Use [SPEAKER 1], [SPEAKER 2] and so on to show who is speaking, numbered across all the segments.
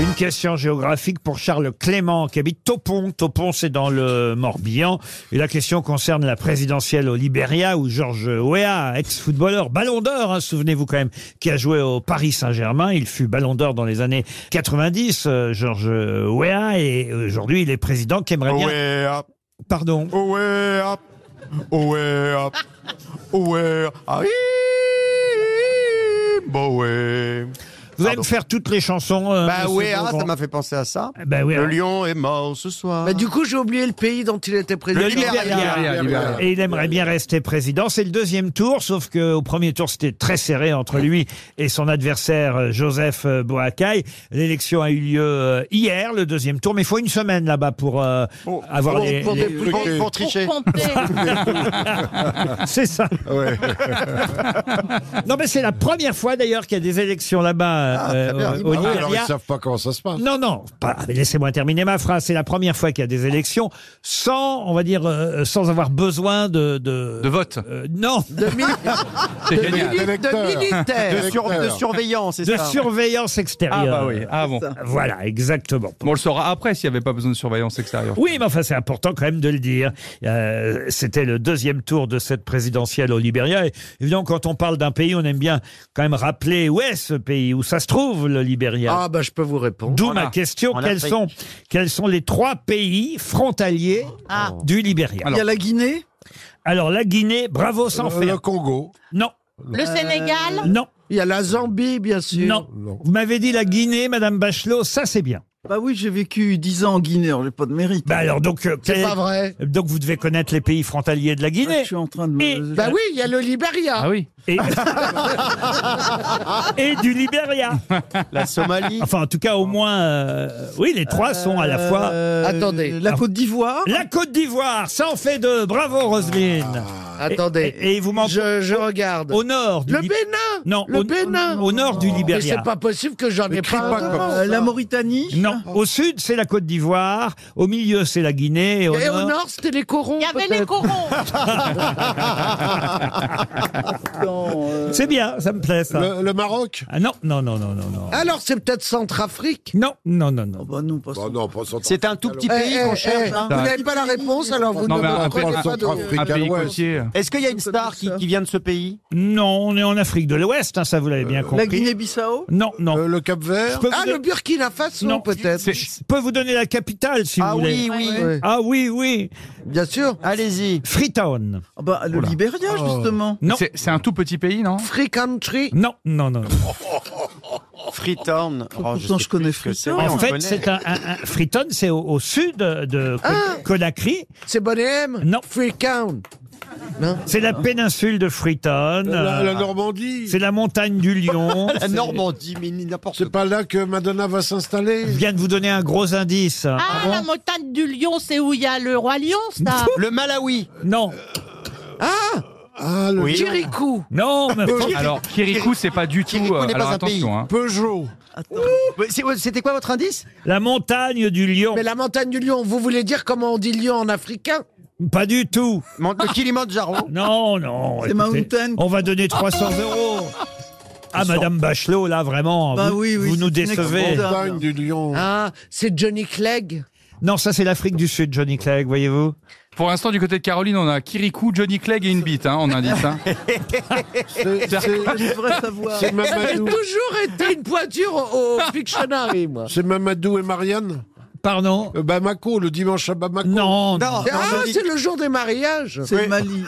[SPEAKER 1] Une question géographique pour Charles Clément qui habite Topon. Topon, c'est dans le Morbihan. Et la question concerne la présidentielle au Libéria où Georges Weah, ex-footballeur, ballon d'or, hein, souvenez-vous quand même, qui a joué au Paris Saint-Germain. Il fut ballon d'or dans les années 90, euh, Georges Weah. Et aujourd'hui, il est président qui aimerait bien...
[SPEAKER 2] Oh Ouais, hop,
[SPEAKER 1] Pardon.
[SPEAKER 2] ouais, hop, ouais, hop, ouais, arrive, Ah bah ouais.
[SPEAKER 1] Vous allez
[SPEAKER 2] Pardon.
[SPEAKER 1] me faire toutes les chansons euh,
[SPEAKER 2] Bah
[SPEAKER 1] monsieur
[SPEAKER 2] ouais, ah,
[SPEAKER 1] Beaugrand.
[SPEAKER 2] ça m'a fait penser à ça.
[SPEAKER 1] Bah ouais,
[SPEAKER 2] Le
[SPEAKER 1] hein.
[SPEAKER 2] lion est mort ce soir.
[SPEAKER 3] Bah, du coup, j'ai oublié le pays dont il était président.
[SPEAKER 1] Le Libéria. Et il aimerait bien rester président. C'est le deuxième tour, sauf qu'au premier tour, c'était très serré entre lui et son adversaire euh, Joseph euh, Boakai. L'élection a eu lieu euh, hier, le deuxième tour, mais il faut une semaine là-bas pour euh,
[SPEAKER 2] Pour-
[SPEAKER 1] avoir
[SPEAKER 2] pour-
[SPEAKER 1] les-
[SPEAKER 2] pour
[SPEAKER 1] les-
[SPEAKER 2] des- pour- pour tricher.
[SPEAKER 4] Pour pomper.
[SPEAKER 1] C'est ça.
[SPEAKER 2] Ouais.
[SPEAKER 1] Non, mais c'est la première fois d'ailleurs qu'il y a des élections là-bas euh,
[SPEAKER 2] très bien.
[SPEAKER 1] au- au
[SPEAKER 5] Ah ouais, alors ils
[SPEAKER 1] Libéria.
[SPEAKER 5] savent pas comment ça se passe.
[SPEAKER 1] Non, non, pas- mais laissez-moi terminer ma phrase. C'est la première fois qu'il y a des élections sans, on va dire, euh, sans avoir besoin de... De,
[SPEAKER 6] De vote.
[SPEAKER 1] euh, non,
[SPEAKER 3] De, mi-
[SPEAKER 2] Ah,
[SPEAKER 3] de mili- de
[SPEAKER 5] Électeur.
[SPEAKER 3] militaires.
[SPEAKER 2] De, sur- de surveillance, c'est
[SPEAKER 1] de
[SPEAKER 2] ça.
[SPEAKER 1] surveillance extérieure.
[SPEAKER 6] Ah bah oui, ah bon.
[SPEAKER 1] Voilà, exactement.
[SPEAKER 6] Bon, on le saura après s'il n'y avait pas besoin de surveillance extérieure.
[SPEAKER 1] Oui, mais enfin, c'est important quand même de le dire. Euh, C'était le deuxième tour de cette présidentielle au Libéria. Et évidemment, quand on parle d'un pays, on aime bien quand même rappeler où est ce pays, où ça se trouve, le Libéria.
[SPEAKER 3] Ah, bah, je peux vous répondre.
[SPEAKER 1] D'où
[SPEAKER 6] en
[SPEAKER 1] ma
[SPEAKER 6] Af-
[SPEAKER 1] question,
[SPEAKER 2] en
[SPEAKER 1] quels
[SPEAKER 2] Afrique.
[SPEAKER 1] sont, quels sont les trois pays frontaliers
[SPEAKER 4] Ah.
[SPEAKER 1] du Libéria
[SPEAKER 3] Il y a la Guinée,
[SPEAKER 1] Alors, la Guinée, bravo sans
[SPEAKER 5] le,
[SPEAKER 1] faire.
[SPEAKER 5] Congo.
[SPEAKER 1] Non,
[SPEAKER 4] Le
[SPEAKER 2] Euh,
[SPEAKER 4] Sénégal
[SPEAKER 1] non,
[SPEAKER 3] il y a la Zambie, bien sûr.
[SPEAKER 1] non.
[SPEAKER 5] Non.
[SPEAKER 1] Vous m'avez dit la Guinée, Madame Bachelot, ça c'est bien.
[SPEAKER 3] Bah oui, j'ai vécu 10 ans en Guinée, alors j'ai pas de mérite.
[SPEAKER 1] Bah alors, donc, euh,
[SPEAKER 3] c'est
[SPEAKER 1] quel-
[SPEAKER 3] pas vrai.
[SPEAKER 1] donc vous devez connaître les pays frontaliers de la
[SPEAKER 3] Ah, Je
[SPEAKER 1] Guinée.
[SPEAKER 3] suis en train de
[SPEAKER 1] Et-
[SPEAKER 3] me...
[SPEAKER 1] Bah
[SPEAKER 3] oui, il y a le Libéria.
[SPEAKER 6] Ah oui.
[SPEAKER 1] Et, et du Libéria.
[SPEAKER 2] La Somalie.
[SPEAKER 1] Enfin, en tout cas, au moins, euh, oui, les trois sont à la fois.
[SPEAKER 3] Euh, Attendez. La Côte d'Ivoire.
[SPEAKER 1] La Côte d'Ivoire, ça en fait deux. Bravo, Roselyne.
[SPEAKER 3] Ah, Attendez.
[SPEAKER 1] Et, et vous m'en
[SPEAKER 3] Je, je regarde.
[SPEAKER 1] au nord. Du
[SPEAKER 3] Le
[SPEAKER 1] Lib-
[SPEAKER 3] Bénin
[SPEAKER 1] Non,
[SPEAKER 3] Le
[SPEAKER 1] au,
[SPEAKER 3] Bénin
[SPEAKER 1] au nord du
[SPEAKER 3] Mais c'est
[SPEAKER 1] Libéria.
[SPEAKER 3] pas possible que j'en ai
[SPEAKER 5] crie
[SPEAKER 3] pas.
[SPEAKER 5] pas comme
[SPEAKER 3] un.
[SPEAKER 5] ça.
[SPEAKER 3] euh, la Mauritanie
[SPEAKER 1] Non, au sud c'est la Côte d'Ivoire, au milieu c'est la Guinée, et au
[SPEAKER 3] Et
[SPEAKER 1] nord.
[SPEAKER 3] au nord, c'était les corons.
[SPEAKER 4] Il y avait les corons.
[SPEAKER 2] Ah
[SPEAKER 1] C'est bien, ça me plaît ça.
[SPEAKER 5] Le, le Maroc
[SPEAKER 1] Ah non, non, non, non, non, non.
[SPEAKER 3] Alors, c'est peut-être Centrafrique
[SPEAKER 1] Non, non, non,
[SPEAKER 3] Oh
[SPEAKER 1] non.
[SPEAKER 3] bah non, pas ça.
[SPEAKER 5] Bah non, pas Centrafrique.
[SPEAKER 2] C'est un tout petit
[SPEAKER 3] Eh,
[SPEAKER 2] pays
[SPEAKER 3] eh,
[SPEAKER 2] qu'on cherche.
[SPEAKER 3] eh,
[SPEAKER 2] hein.
[SPEAKER 3] Vous n'avez pas la réponse, alors vous
[SPEAKER 6] Non,
[SPEAKER 3] ne
[SPEAKER 6] mais
[SPEAKER 3] me
[SPEAKER 5] Pas
[SPEAKER 6] un pays,
[SPEAKER 3] prêtez
[SPEAKER 5] le
[SPEAKER 3] pas de... Ah,
[SPEAKER 5] Centrafrique
[SPEAKER 6] un
[SPEAKER 5] à
[SPEAKER 6] pays
[SPEAKER 5] l'ouest.
[SPEAKER 6] côtier.
[SPEAKER 2] Est-ce qu'il y a une star qui, qui vient de ce pays
[SPEAKER 1] Non, on est en Afrique de l'Ouest, hein, ça vous l'avez bien
[SPEAKER 3] La
[SPEAKER 1] compris.
[SPEAKER 3] Guinée-Bissau
[SPEAKER 1] Non, non.
[SPEAKER 5] Euh, le Cap
[SPEAKER 1] Je
[SPEAKER 5] Vert
[SPEAKER 1] peux vous
[SPEAKER 3] Ah,
[SPEAKER 1] don-
[SPEAKER 3] le Burkina Faso,
[SPEAKER 1] Non.
[SPEAKER 3] peut-être.
[SPEAKER 1] je peux vous donner la capitale si
[SPEAKER 2] Ah
[SPEAKER 1] vous voulez.
[SPEAKER 2] oui, oui.
[SPEAKER 3] Ouais.
[SPEAKER 1] Ah oui, oui.
[SPEAKER 3] Bien sûr.
[SPEAKER 2] Allez-y. Oh.
[SPEAKER 1] Freetown.
[SPEAKER 3] Ah bah, le
[SPEAKER 6] Oula.
[SPEAKER 3] Libéria, justement.
[SPEAKER 1] Non.
[SPEAKER 6] C'est c'est un tout petit pays, non
[SPEAKER 3] Free Country.
[SPEAKER 1] Non, non, non.
[SPEAKER 2] Freetown. Oh,
[SPEAKER 3] Pourtant,
[SPEAKER 2] sais
[SPEAKER 3] je connais
[SPEAKER 2] plus ce que c'est.
[SPEAKER 3] Freetown.
[SPEAKER 2] Ouais, on
[SPEAKER 1] en fait,
[SPEAKER 2] connaît.
[SPEAKER 1] c'est un, un- un- Freetown, c'est au, au sud de Ko-
[SPEAKER 3] Ah
[SPEAKER 1] Conakry.
[SPEAKER 3] C'est Bonnet M
[SPEAKER 1] Non.
[SPEAKER 3] Free Count.
[SPEAKER 1] C'est la péninsule de Freetown.
[SPEAKER 5] la,
[SPEAKER 1] euh,
[SPEAKER 5] la Normandie
[SPEAKER 1] C'est la montagne du Lion.
[SPEAKER 2] La Normandie, mais n'importe
[SPEAKER 5] C'est pas là que Madonna va
[SPEAKER 1] Je
[SPEAKER 5] s'installer
[SPEAKER 1] viens de vous donner un gros indice.
[SPEAKER 4] Ah, la montagne du lion, c'est où il y a le roi lion, ça
[SPEAKER 2] Le Malawi.
[SPEAKER 1] Non,
[SPEAKER 5] Ah, le
[SPEAKER 2] Oui.
[SPEAKER 3] Kirikou.
[SPEAKER 1] non, mais
[SPEAKER 6] Alors, Kirikou, c'est pas du tout.
[SPEAKER 2] Kirikou
[SPEAKER 6] euh,
[SPEAKER 2] n'est pas
[SPEAKER 6] alors
[SPEAKER 2] un pays.
[SPEAKER 6] attention, hein.
[SPEAKER 5] Peugeot.
[SPEAKER 2] Mais c'est- C'était quoi votre indice
[SPEAKER 1] la montagne du Lion.
[SPEAKER 3] Mais la montagne du lion, vous voulez dire comment on dit lion en africain
[SPEAKER 1] Pas du tout.
[SPEAKER 2] Mon- Le Kilimandjaro.
[SPEAKER 1] Non, non.
[SPEAKER 3] C'est
[SPEAKER 1] écoutez,
[SPEAKER 3] Mountain.
[SPEAKER 1] On va donner 300 euros. Ah, Madame Bachelot, là, vraiment,
[SPEAKER 3] Bah
[SPEAKER 1] vous,
[SPEAKER 3] oui, oui,
[SPEAKER 1] vous nous
[SPEAKER 3] c'est une
[SPEAKER 1] décevez.
[SPEAKER 3] excellente-
[SPEAKER 5] Montagne du Lion.
[SPEAKER 3] Ah, c'est Johnny Clegg.
[SPEAKER 1] Non, ça, c'est l'Afrique du Sud, Johnny Clegg, voyez-vous.
[SPEAKER 6] hein. Pour l'instant, du côté de Caroline, on a Kirikou, Johnny Clegg et une bite, hein, en indice. hein.
[SPEAKER 5] C'est- c'est-
[SPEAKER 3] Je devrais savoir.
[SPEAKER 5] C'est
[SPEAKER 3] J'ai
[SPEAKER 5] Mamadou.
[SPEAKER 3] toujours été une pointure au, au Pictionary, moi.
[SPEAKER 5] C'est Mamadou et Marianne
[SPEAKER 1] Pardon
[SPEAKER 5] Euh, Bamako, le dimanche à Bamako.
[SPEAKER 1] Non, non.
[SPEAKER 2] Non,
[SPEAKER 3] Ah,
[SPEAKER 2] on te dit-
[SPEAKER 3] c'est le jour des mariages.
[SPEAKER 2] Oui.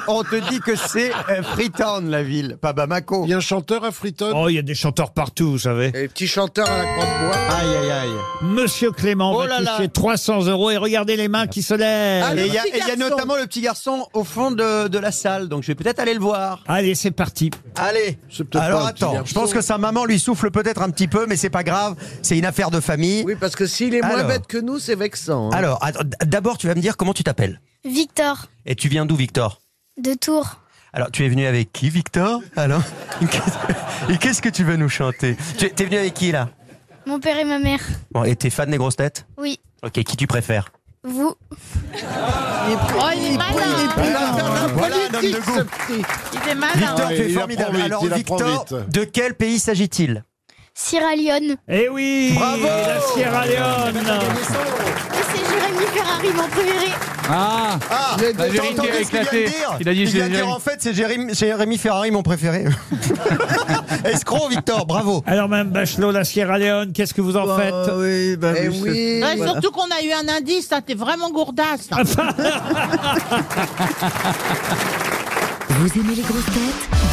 [SPEAKER 2] On te dit que c'est euh, Freetown, la ville, pas Bamako.
[SPEAKER 5] Il y a un chanteur à Freetown
[SPEAKER 1] Oh, il y a des chanteurs partout, vous savez.
[SPEAKER 3] Et petit chanteur à la croix de bois.
[SPEAKER 2] Aïe, aïe, aïe.
[SPEAKER 1] Monsieur Clément
[SPEAKER 2] Oh
[SPEAKER 1] va
[SPEAKER 2] là là.
[SPEAKER 1] toucher 300 euros et regardez les mains qui se lèvent.
[SPEAKER 3] Allez.
[SPEAKER 2] Et il y, a-
[SPEAKER 3] petit
[SPEAKER 2] et il y a
[SPEAKER 3] garçon.
[SPEAKER 2] notamment le petit garçon au fond de, de la salle, donc je vais peut-être aller le voir.
[SPEAKER 1] Allez, c'est parti.
[SPEAKER 2] Allez.
[SPEAKER 5] C'est peut-être
[SPEAKER 2] Alors
[SPEAKER 5] pas un petit
[SPEAKER 2] attends,
[SPEAKER 5] garçon.
[SPEAKER 2] je pense que sa maman lui souffle peut-être un petit peu, mais c'est pas grave, c'est une affaire de famille.
[SPEAKER 3] Oui, parce que s'il est moins
[SPEAKER 2] Alors.
[SPEAKER 3] bête que nous, c'est vexant. hein.
[SPEAKER 2] Alors, att- d'abord, tu vas me dire comment tu t'appelles.
[SPEAKER 7] Victor,
[SPEAKER 2] Et tu viens d'où, Victor
[SPEAKER 7] de Tours.
[SPEAKER 2] Alors, tu es venu avec qui, Victor Alors, et qu'est-ce que tu veux nous chanter Tu es venu avec qui, là
[SPEAKER 7] Mon père et ma mère.
[SPEAKER 2] Bon, et t'es fan des grosses têtes
[SPEAKER 7] Oui,
[SPEAKER 2] Ok, qui tu préfères
[SPEAKER 7] vous.
[SPEAKER 4] Oh, il est malin.
[SPEAKER 2] Voilà un homme de goût.
[SPEAKER 4] Il est malin.
[SPEAKER 2] Victor,
[SPEAKER 5] Ouais,
[SPEAKER 2] tu es
[SPEAKER 5] il apprend
[SPEAKER 2] formidable.
[SPEAKER 5] vite,
[SPEAKER 2] Alors,
[SPEAKER 5] il apprend
[SPEAKER 2] Victor,
[SPEAKER 5] vite.
[SPEAKER 2] de quel pays s'agit-il
[SPEAKER 7] Sierra Leone.
[SPEAKER 1] Eh oui La Sierra Leone
[SPEAKER 7] Et c'est Jérémy Ferrari, mon préféré.
[SPEAKER 6] Ah
[SPEAKER 2] Ah,
[SPEAKER 3] La
[SPEAKER 2] t'as
[SPEAKER 6] vérité
[SPEAKER 2] entendu
[SPEAKER 6] a
[SPEAKER 2] ce qu'il vient de
[SPEAKER 6] éclaté.
[SPEAKER 2] dire
[SPEAKER 6] Il a dit,
[SPEAKER 2] il vient
[SPEAKER 6] j'ai-
[SPEAKER 2] de dire en fait, c'est Jérémy, Jérémy Ferrari, mon préféré. Escroc, Victor, bravo.
[SPEAKER 1] Alors, Mme Bachelot, la Sierra Leone, qu'est-ce que vous en faites
[SPEAKER 8] oui, bah
[SPEAKER 3] Eh
[SPEAKER 8] je-
[SPEAKER 3] oui.
[SPEAKER 9] Ouais, Surtout qu'on a eu un indice, ça, t'es vraiment gourdasse. là.
[SPEAKER 4] Vous aimez les grosses têtes